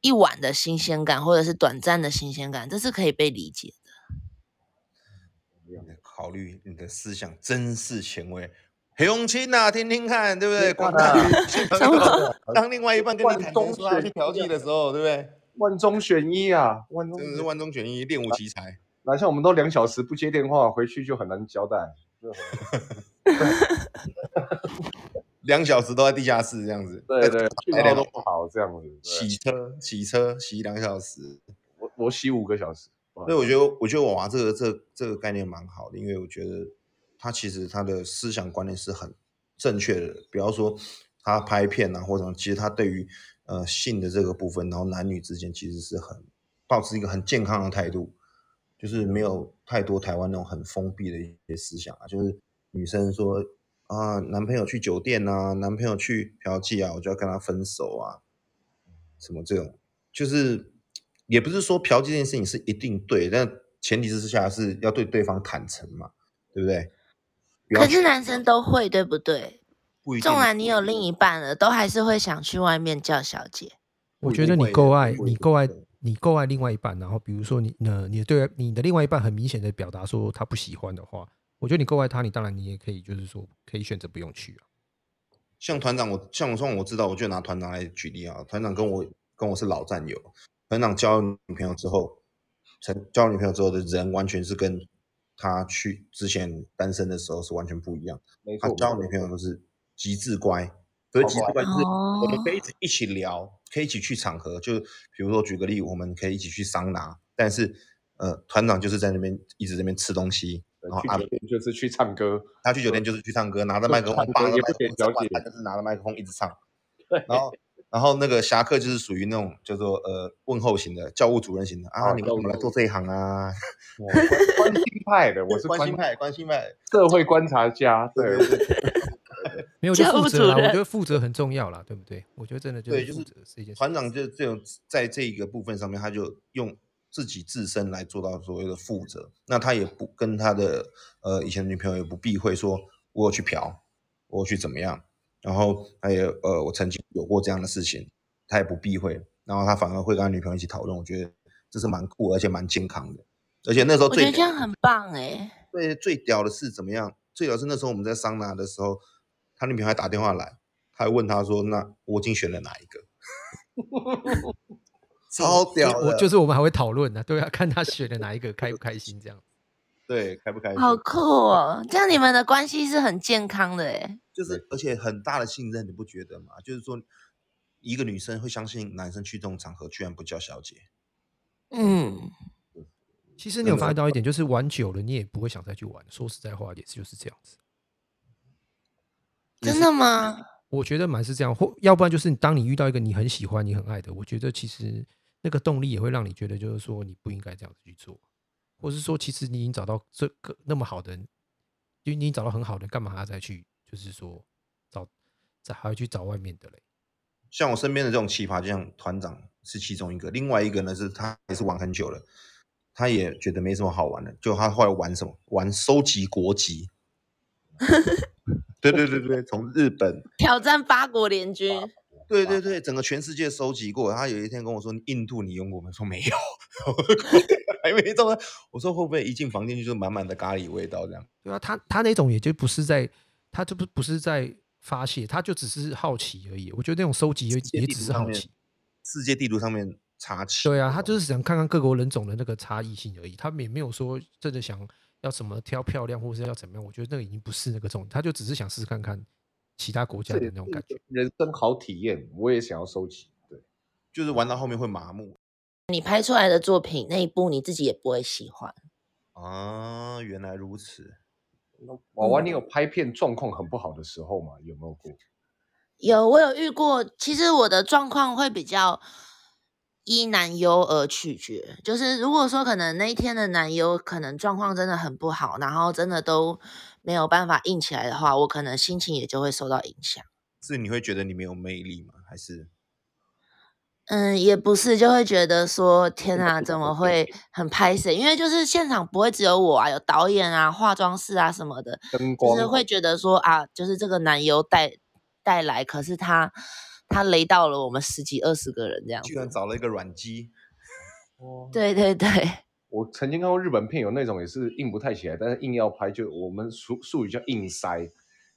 E: 一晚的新鲜感，或者是短暂的新鲜感，这是可以被理解的。
D: 你的考虑，你的思想真是前卫。裴勇清呐，听听看，对不对？广大 女性朋友，当另外一半跟你坦诚说他去嫖妓的时候，对不对？
F: 万中选一啊，万中
D: 真
F: 选
D: 的是
F: 一。
D: 万中选一，练武奇才。
F: 哪像我们都两小时不接电话，回去就很难交代。
D: 两小时都在地下室这样子，
F: 对对，
D: 来
F: 讯
D: 两
F: 号
D: 个
F: 都不好，这样子。对
D: 洗车洗车洗两小时。
F: 我我洗五个小时。
D: 所以我觉得，我觉得娃娃这个这个这个概念蛮好的，因为我觉得他其实他的思想观念是很正确的。比方说他拍片啊，或者什么其实他对于呃性的这个部分，然后男女之间其实是很保持一个很健康的态度，就是没有太多台湾那种很封闭的一些思想啊，就是女生说啊，男朋友去酒店啊，男朋友去嫖妓啊，我就要跟他分手啊，什么这种，就是也不是说嫖妓这件事情是一定对，但前提之下是要对对方坦诚嘛，对不对？不要
E: 可是男生都会，对不对？
D: 不一定
E: 纵然你有另一半了，都还是会想去外面叫小姐。
B: 我
D: 不一
B: 觉得
D: 定
B: 你
D: 会
B: 够
D: 的
B: 爱，
D: 不一
B: 你
D: 定
B: 够爱
D: 会，
B: 你够爱另外一半。然后比如说你，呃，你的对你的另外一半很明显的表达说他不喜欢的话，我觉得你够爱他，你当然你也可以就是说可以选择不用去啊。
D: 像团长我，像我像我知道，我就拿团长来举例啊。团长跟我跟我是老战友，团长交了女朋友之后，成交了女朋友之后的人完全是跟他去之前单身的时候是完全不一样。
F: 没
D: 他
F: 错，
D: 交了女朋友都是极致乖，可是极致观就是我
E: 哦
D: 们可以一直一起聊，可以一起去场合，就比如说举个例，我们可以一起去桑拿，但是呃，团长就是在那边一直在那边吃东西，然后
F: 去
D: 阿
F: 酒店就是去唱歌，
D: 他去酒店就是去唱歌，拿着麦克风
F: 对，
D: 扒着
F: 也
D: 麦
F: 不
D: 克
F: 点
D: 风唱
F: 了解
D: 他就是拿着麦克风一直唱。然后，然后那个侠客就是属于那种叫做呃问候型的教务主任型的啊，
F: 哦
D: 你为什么来做这一行啊？
F: 我关心派的，我是
D: 关心派，关心派，
F: 社会观察家，对，
D: 对
B: 没有就
E: 教务
B: 负责啦，
E: 主任
B: 我觉得负责很重要啦，对不对？我觉得真的就
D: 对
B: 是
D: 就是
B: 负责是一件事
D: 团长就这种在这一个部分上面，他就用自己自身来做到所谓的负责。那他也不跟他的呃以前的女朋友也不避讳说，我有去嫖，我有去怎么样，然后他也呃我曾经有过这样的事情，他也不避讳，然后他反而会跟他女朋友一起讨论，我觉得这是蛮酷而且蛮健康的。而且那时候
E: 我觉
D: 最
E: 得这样很棒哎、
D: 对最屌的是怎么样？最屌是那时候我们在桑拿的时候，他女朋友还打电话来，他还问他说：“那我已经选了哪 一个？”超屌
B: 我
D: 的，
B: 我就是我们还会讨论呢，对啊，看他选的哪一个开不开心这样。
D: 对开不开心，
E: 好酷哦！这样你们的关系是很健康的哎、
D: 就是而且很大的信任，你不觉得吗？就是说，一个女生会相信男生去这种场合居然不叫小姐，
E: 嗯，
B: 其实你有发现到一点，就是玩久了你也不会想再去玩。说实在话，也是就是这样子。
E: 真的吗？
B: 我觉得蛮是这样，或要不然就是你当你遇到一个你很喜欢、你很爱的，我觉得其实那个动力也会让你觉得，就是说你不应该这样子去做，或是说其实你已经找到这个那么好的人，因为你已经找到很好的人，干嘛还要再去就是说找再还要去找外面的嘞？
D: 像我身边的这种奇葩，就像团长是其中一个，另外一个呢是他也是玩很久了，他也觉得没什么好玩的，就他后来玩什么？玩收集国 籍。对对对对，从日本，
E: 挑战八国联军，
D: 对对对，整个全世界收集过。他有一天跟我说：“印度你用过吗？”我说没有， 还没到呢。我说会不会一进房间就是满满的咖喱味道这样？
B: 对啊，他他那种也就不是在，他就不不是在发泄，他就只是好奇而已。我觉得那种收集也也只是好奇。
D: 世界地图上面插旗。
B: 对啊，他就是想看看各国人种的那个差异性而已，他们也没有说真的想要什么挑漂亮或是要怎么样。我觉得那个已经不是那个重点，他就只是想试试看看其他国家
F: 这
B: 的
F: 也
B: 那种
F: 是
B: 感
F: 一
B: 觉
F: 个。人生好体验，我也想要收集。对，
D: 就是玩到后面会麻木
E: 你拍出来的作品那一部你自己也不会喜欢。
D: 啊，原来如此。
F: 那娃娃，你有拍片状况很不好的时候吗？有没有过？
E: 有，我有遇过。其实我的状况会比较依男优而取决，就是如果说可能那一天的男优可能状况真的很不好，然后真的都没有办法硬起来的话，我可能心情也就会受到影响。
D: 是你会觉得你没有魅力吗？还是
E: 嗯，也不是，就会觉得说天啊，怎么会很拍谁？因为就是现场不会只有我啊，有导演啊、化妆师啊什么的，
F: 灯
E: 就
F: 光
E: 是会觉得说啊，就是这个男优带带来，可是他他雷到了我们十几二十个人这样
D: 居然
E: 子。
D: 找了一个软鸡？
F: 哦
E: 对对对，
F: 我曾经看过日本片，有那种也是硬不太起来，但是硬要拍，就我们术术语叫硬塞，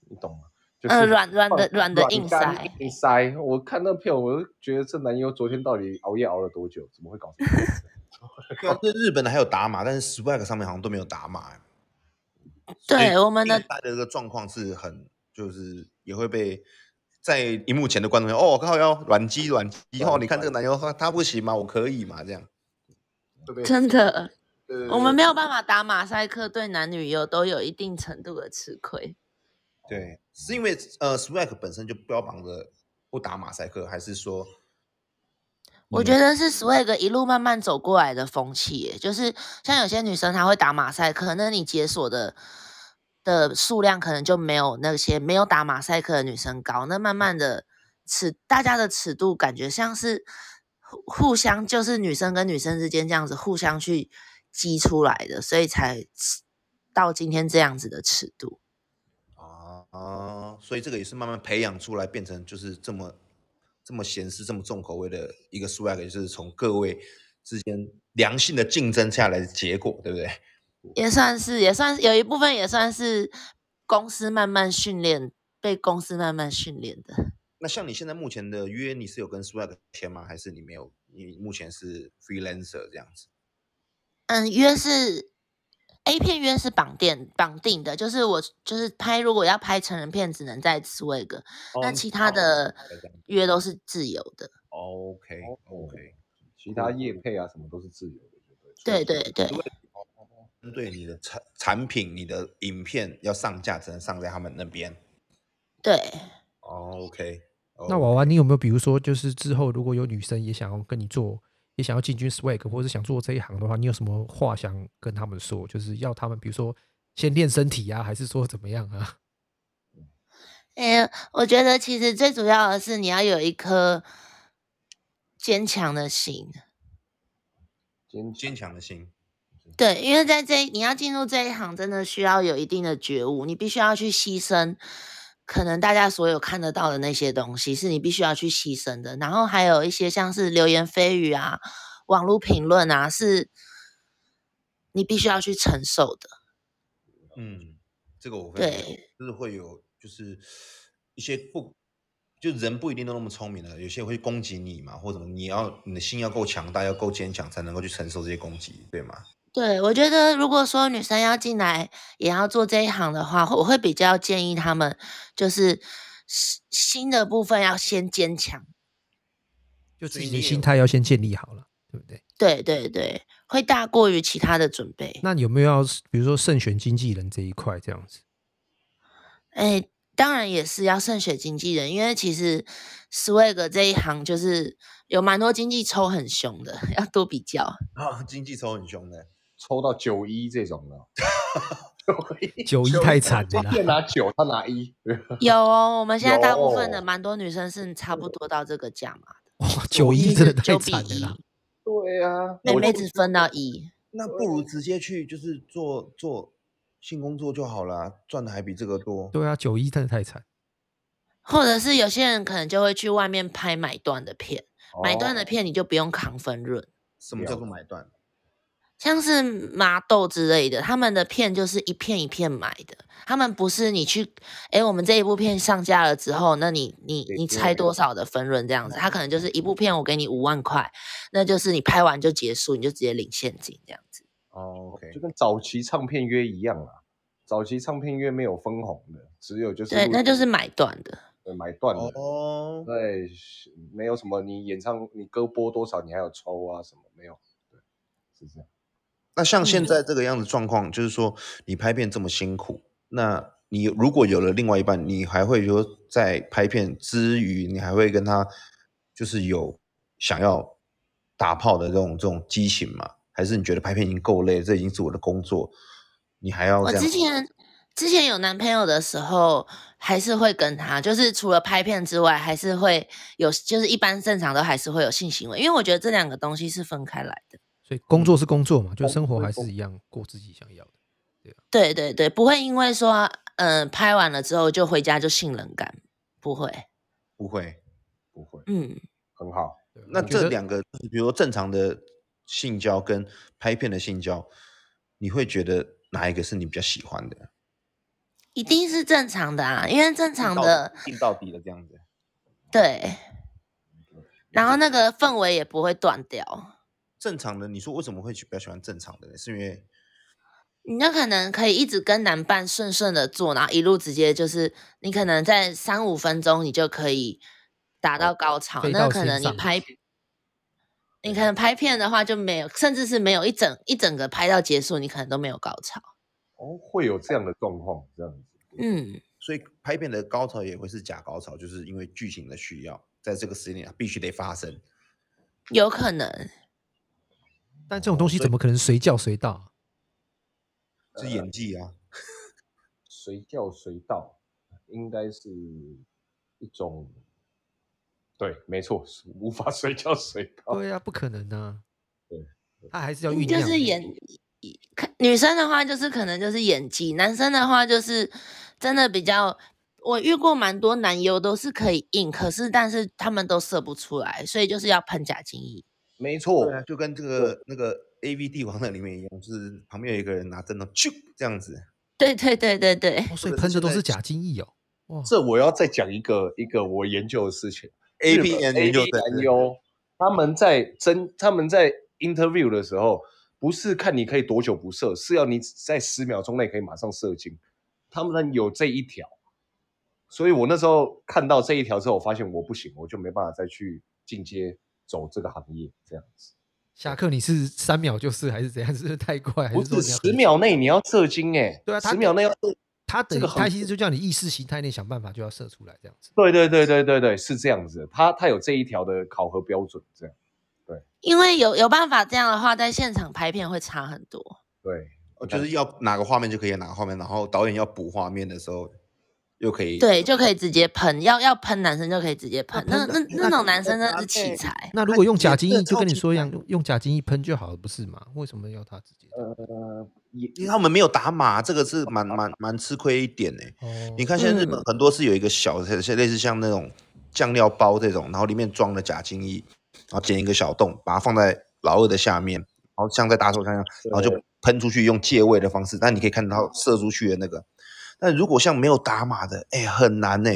F: 你懂吗？就是
E: 嗯，软软
F: 放
E: 的软的硬
F: 哦干
E: 塞，
F: 硬塞。我看那片，我就觉得这男优昨天到底熬夜熬了多久？怎么会搞成这 样子？
D: 对 啊，这日本的还有打码，但是 Swag 上面好像都没有打码、欸。
E: 对我们的
D: 大家这个状况是很，就是也会被在荧幕前的观众说：“哦，靠腰软鸡软鸡哦，你看这个男优他他不行吗？我可以吗？”这样对不对？
E: 真的，
D: 对对
E: 我们没有办法打马赛克，对男女优都有一定程度的吃亏。
D: 对，是因为呃 Swag 本身就标榜着不打马赛克，还是说
E: 我觉得是 swag 一路慢慢走过来的风气耶，就是像有些女生她会打马赛克，那你解锁的的数量可能就没有那些没有打马赛克的女生高。那慢慢的尺，大家的尺度感觉像是互互相，就是女生跟女生之间这样子互相去激出来的，所以才到今天这样子的尺度。
D: 啊啊，所以这个也是慢慢培养出来，变成就是这么这么闲适、这么重口味的一个 swag，就是从各位之间良性的竞争下来的结果，对不对？
E: 也算是，也算是有一部分，也算是公司慢慢训练，被公司慢慢训练的。
D: 那像你现在目前的约，你是有跟 swag 签吗？还是你没有？你目前是 freelancer 这样子？
E: 嗯，约是 A 片约是绑定绑定的，就是我就是拍，如果要拍成人片，只能在 Swag，、那
D: 哦
E: 其他的哦约都是自由的。
D: OK OK，
F: 哦其他业配啊什么都是自由的，对
E: 对
F: 不
E: 对对，
D: 针对你的产产品、你的影片要上架，只能上在他们那边。
E: 对，
D: 哦 OK，
B: 那娃娃，你有没有比如说，就是之后如果有女生也想要跟你做，也想要进军 swag 或者想做这一行的话，你有什么话想跟他们说？就是要他们，比如说先练身体啊，还是说怎么样啊？
E: 诶，我觉得其实最主要的是你要有一颗坚强的心。
F: 今天
D: 坚强的心。
E: 对，因为在这一你要进入这一行，真的需要有一定的觉悟，你必须要去牺牲，可能大家所有看得到的那些东西，是你必须要去牺牲的。然后还有一些像是流言蜚语啊、网络评论啊，是你必须要去承受的。
D: 嗯，这个我会
E: 对，
D: 就是会有，就是一些不，就人不一定都那么聪明的，有些会攻击你嘛，或者什么，你要你的心要够强大，要够坚强，才能够去承受这些攻击，对吗？
E: 对，我觉得如果说女生要进来也要做这一行的话，我会比较建议她们就是新新的部分要先坚强。
B: 就自
D: 所以
B: 己的
D: 你也
F: 哦
B: 心
D: 有
B: 态要先建立好了，对
F: 嗯
B: 不对？
E: 对对对，会大过于其他的准备。
B: 那有没有要比如说慎选经纪人这一块这样子？
E: 哎，当然也是要慎选经纪人，因为其实 swag 这一行就是有蛮多经济抽很凶的， 要多比较。
D: 啊，经济抽很凶的，
F: 抽到九一这种 的，
B: 九一太惨了
F: 他
B: 啦，
F: 拿九，他拿一，
E: 有哦，我们现在大部分
F: 有
E: 的蛮多女生是差不多到这个价码的，
B: 哇，九一真的太
E: 九比
B: 惨了
E: 一
B: 啦。，
F: 对啊，
E: 妹
F: 我
E: 妹
F: 就
E: 只分到一。
D: 那不如直接去就是做做性工作就好了，赚的还比这个多。
B: 对啊，九一真的太惨。
E: 或者是有些人可能就会去外面拍买断的片， 买断的
F: 哦
E: 片你就不用扛分润，
D: 什么叫做买断？
E: 像是麻豆之类的，他们的片就是一片一片买的，他们不是你去，诶，我们这一部片上架了之后，那你你
F: 对
E: 你
F: 对
E: 拆
F: 对
E: 多少的分润这样子，他可能就是一部片我给你五万块，那就是你拍完就结束，你就直接领现金这样子。
D: 哦，OK，
F: 就跟早期唱片约一样啦。早期唱片约没有分红的，只有就是
E: 对，
F: 录
E: 那就是买断的。
F: 呃买断的。
D: 哦，
F: 对，没有什么你演唱你歌播多少，你还有抽啊什么没有？对，是这样。
D: 那像现
E: 嗯
D: 在这个样子状况，就是说你拍片这么辛苦，那你如果有了另外一半，你还会说在拍片之余，你还会跟他就是有想要打炮的这种这种激情吗？还是你觉得拍片已经够累，这已经是我的工作，你还要
F: 哦
E: 我
D: 这样？
E: 之前之前有男朋友的时候，还是会跟他，就是除了拍片之外，还是会有，就是一般正常都还是会有性行为，因为我觉得这两个东西是分开来的。
B: 所以工作是工作嘛，就
F: 工
B: 生活
F: 作
B: 还
F: 是
B: 是一样过自己想要的。
E: 对对对，不会因为说，嗯、拍完了之后就回家就性冷感，不会。
D: 不会。
F: 不会，
E: 嗯，
F: 很好。
B: 对啊
D: 那
B: 我觉
D: 这
B: 得
D: 两个，比如说正常的性交跟拍片的性交，你会觉得哪一个是你比较喜欢的？
E: 一定是正常的啊，因为正常的
D: 硬到底的这样子。
E: 对，然
B: 嗯
E: 后那个氛围也不会断掉。
D: 正常的，你说为什么会比较喜欢正常的呢？是因为
E: 你那可能可以一直跟男伴顺顺的做，然后一路直接就是，你可能在三五分钟你就可以达到高潮。
B: 哦飞
E: 那
B: 到
E: 可
B: 天
E: 能你
B: 上
E: 拍，你可能拍片的话就没有，甚至是没有一整一整个拍到结束，你可能都没有高潮。
F: 哦，会有这样的状况，这样子。
E: 嗯，
D: 所以拍片的高潮也会是假高潮，就是因为剧情的需要，在这个时间点必须得发生。
E: 有可能。
B: 但这种东西怎么可能随叫随到、啊？
D: 是演技啊，
F: 随叫随到，应该是一种。对，没错，是无法 随叫随到。
B: 对啊，不可能啊
F: 对。
B: 他还是要酝
E: 就
B: 酿，哦
E: 是演，看女生的话就是可能就是演技，男生的话就是真的比较。我遇过蛮多男优都是可以硬，可是但是他们都射不出来，所以就是要喷假精液。
F: 没错
D: 对，啊，就跟这个那个 A V 帝王那里面一样，就是旁边有一个人拿针头啾这样子，
E: 对对对对对，
B: 哦所以
D: 或者是
B: 喷的
D: 现
B: 都
D: 在
B: 是假精液哦。哇，
F: 这我要再讲一个一个我研究的事情。
D: A
F: 日
D: B
F: 本
D: N
F: A
D: 研究
F: B
D: 生
F: 男优，他们在真他们在 interview 的时候，不是看你可以多久不射，是要你在十秒钟内可以马上射精。他们有这一条，所以我那时候看到这一条之后，我发现我不行，我就没办法再去进阶走这个行业这样子。
B: 侠客，你是三秒就是还是怎样？ 是不是太快？还
F: 不
B: 是说
F: 是
B: 你要
F: 十秒内你要射精哎、
B: 对啊他
F: 十秒内要射。
B: 他等
F: 这
B: 于
F: 个很
B: 他其实就叫你意识形态内想办法就要射出来这样子。
F: 对对对对对对，是这样子的，他他有这一条的考核标准，这样
E: 因为有有办法这样的话，在现场拍片会差很多。
F: 对。
D: 哦就是要哪个画面就可以哪个画面，然后导演要补画面的时候又可以
E: 对，就可以直接喷，要要喷男生就可以直接
B: 那
E: 喷，那那
B: 喷
E: 那种男生真的
D: 搭配
E: 是奇才。
B: 那如果用
D: 也
B: 假精
D: 真
B: 液，
D: 的
B: 就跟
D: 超
B: 你
D: 级
B: 说一样，用用假精液喷就好了，不是吗？为什么要他直接？
F: 呃，也
D: 因为他们没有打码，这个是蛮蛮蛮吃亏一点呢、
B: 哦，
D: 你看现在日本
E: 嗯
D: 很多是有一个小的，像类似像那种酱料包这种，然后里面装了假精液，然后剪一个小洞，把它放在老二的下面，然后像在打手枪一样，然后就喷出去，用借位的方式，但你可以看到射出去的那个。但如果像没有打码的，哎、很难呢、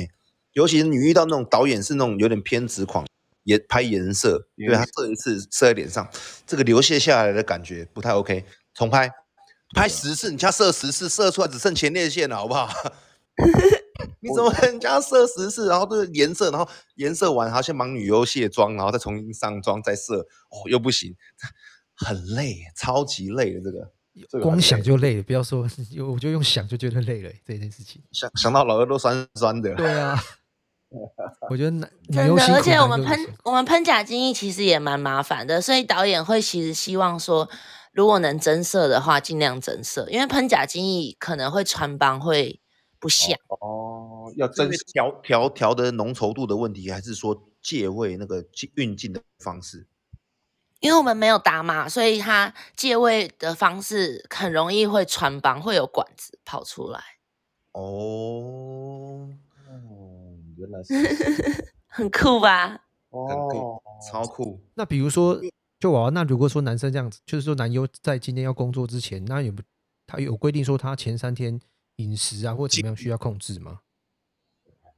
D: 尤其是你遇到那种导演是那种有点偏执狂，颜拍颜色，对他射一次射在脸上，这个流泻下来的感觉不太 OK，重拍。拍十次，你家射十次，射出来只剩前列腺了，好不 好？你怎么人家射十次，然后这个颜色，然后颜色完，然后先忙女优卸妆，然后再重新上妆再射，哦，又不行， 很累，超级累的。这个
F: 这个
B: 光
F: 很
B: 想
F: 累
B: 就累了，不要说， 我就用想就觉得累了欸这件事情。
D: 想想到老二都酸酸的。
B: 对啊， 我觉得男女
E: 真
B: 优
E: 的，
B: 辛
E: 而
B: 苦
E: 且我
B: 男
E: 们
B: 优
E: 喷
B: 辛苦
E: 我们喷假精液其实也蛮麻烦的，所以导演会其实希望说，如果能增色的话，尽量增色，因为喷假精液可能会穿帮会不像。
F: 哦，要
D: 这
F: 真
D: 是
F: 实
D: 调调调的浓稠度的问题，还是说借位那个进运镜的方式？
E: 因为我们没有打码，所以它借位的方式很容易会穿帮，会有管子跑出来，
D: 哦，
F: 哦，原来 是
E: 很酷吧？
F: 哦，
D: 超酷！
B: 那比如说，就娃娃，那如果说男生这样子，就是说男优在今天要工作之前，那有没有他有规定说他前三天饮食啊或怎么样需要控制吗？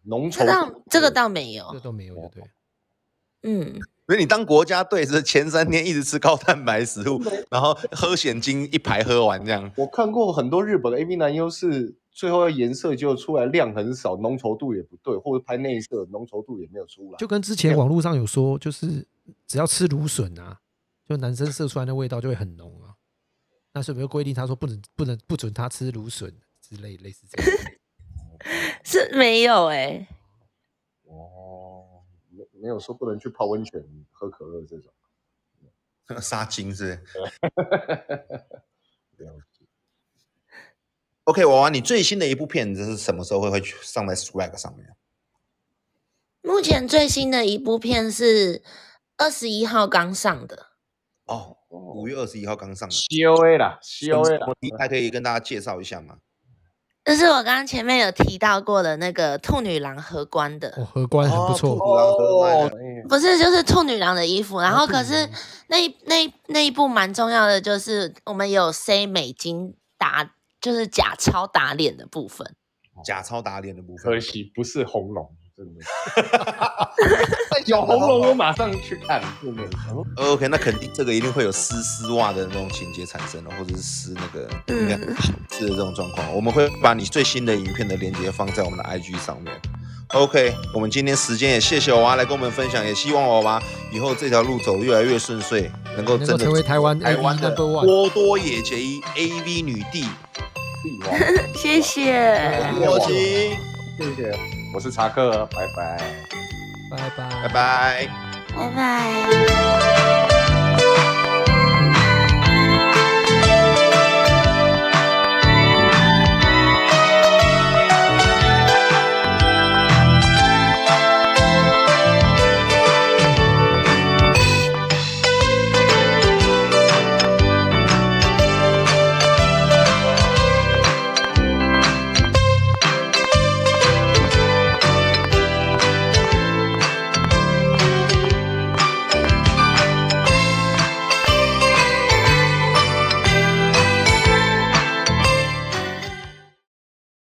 F: 浓
E: 这倒
F: 稠
E: 这个倒没
B: 这
E: 有，
B: 都没有，就对了。
E: 嗯，
D: 所以你当国家队是前三天一直吃高蛋白食物，然后喝险精一排喝完这样。
F: 我看过很多日本的 AV 男优是最后颜色就出来量很少，浓稠度也不对，或者拍内射浓稠度也没有出来。
B: 就跟之前网络上有说，就是只要吃芦笋啊，就男生射出来的味道就会很浓啊。那是不是规定他说不能不能不准他吃芦笋之类类似这样？
E: 是没有诶、
B: 欸
F: 哦，没没有说不能去泡温泉、喝可乐这种。
D: 杀精是不是
F: 了解
D: OK，娃娃，你最新的一部片子是什么时候会会去上在 Swag 上面？
E: 目前最新的一部片是二十一号刚上的，
D: 哦，五月二十一号刚上的，
F: COA 啦，COA 啦，
D: 你还可以跟大家介绍一下吗？
E: 就是我刚刚前面有提到过的那个兔女郎荷官
B: 哦，
E: 的，
B: 荷官很不
D: 哦
B: 错，
D: 土狼德曼
F: 哦
D: 的，
F: 哎
E: 不是就是兔女郎的衣服，然后
B: 兔
E: 可
B: 女
E: 是
B: 郎
E: 那一那一那一部蛮重要的，就是我们有塞美金打，就是假钞打脸的部分。
D: 假钞打脸的部分
F: 可，惜不是红龙，真的。有红龙，我马上去看，真的。
D: OK，那肯定这个一定会有撕丝袜的那种情节产生了，或者是撕那个
E: 嗯
D: 应该是的这种状况。我们会把你最新的影片的链接放在我们的 IG 上面。OK，我们今天时间也谢谢娃娃来跟我们分享，也希望娃娃以后这条路走得越来越顺遂，能够
B: 能
D: 真
B: 够
D: 的
B: 成为台湾
D: 台湾
B: AV
D: 的哦
B: number one。
D: 波多野结衣 AV 女帝
F: 帝王，
E: 谢谢，
B: 哎
D: 波吉，
F: 谢谢，我是查克，拜拜。
B: 拜拜，
D: 拜。拜。
E: 拜拜。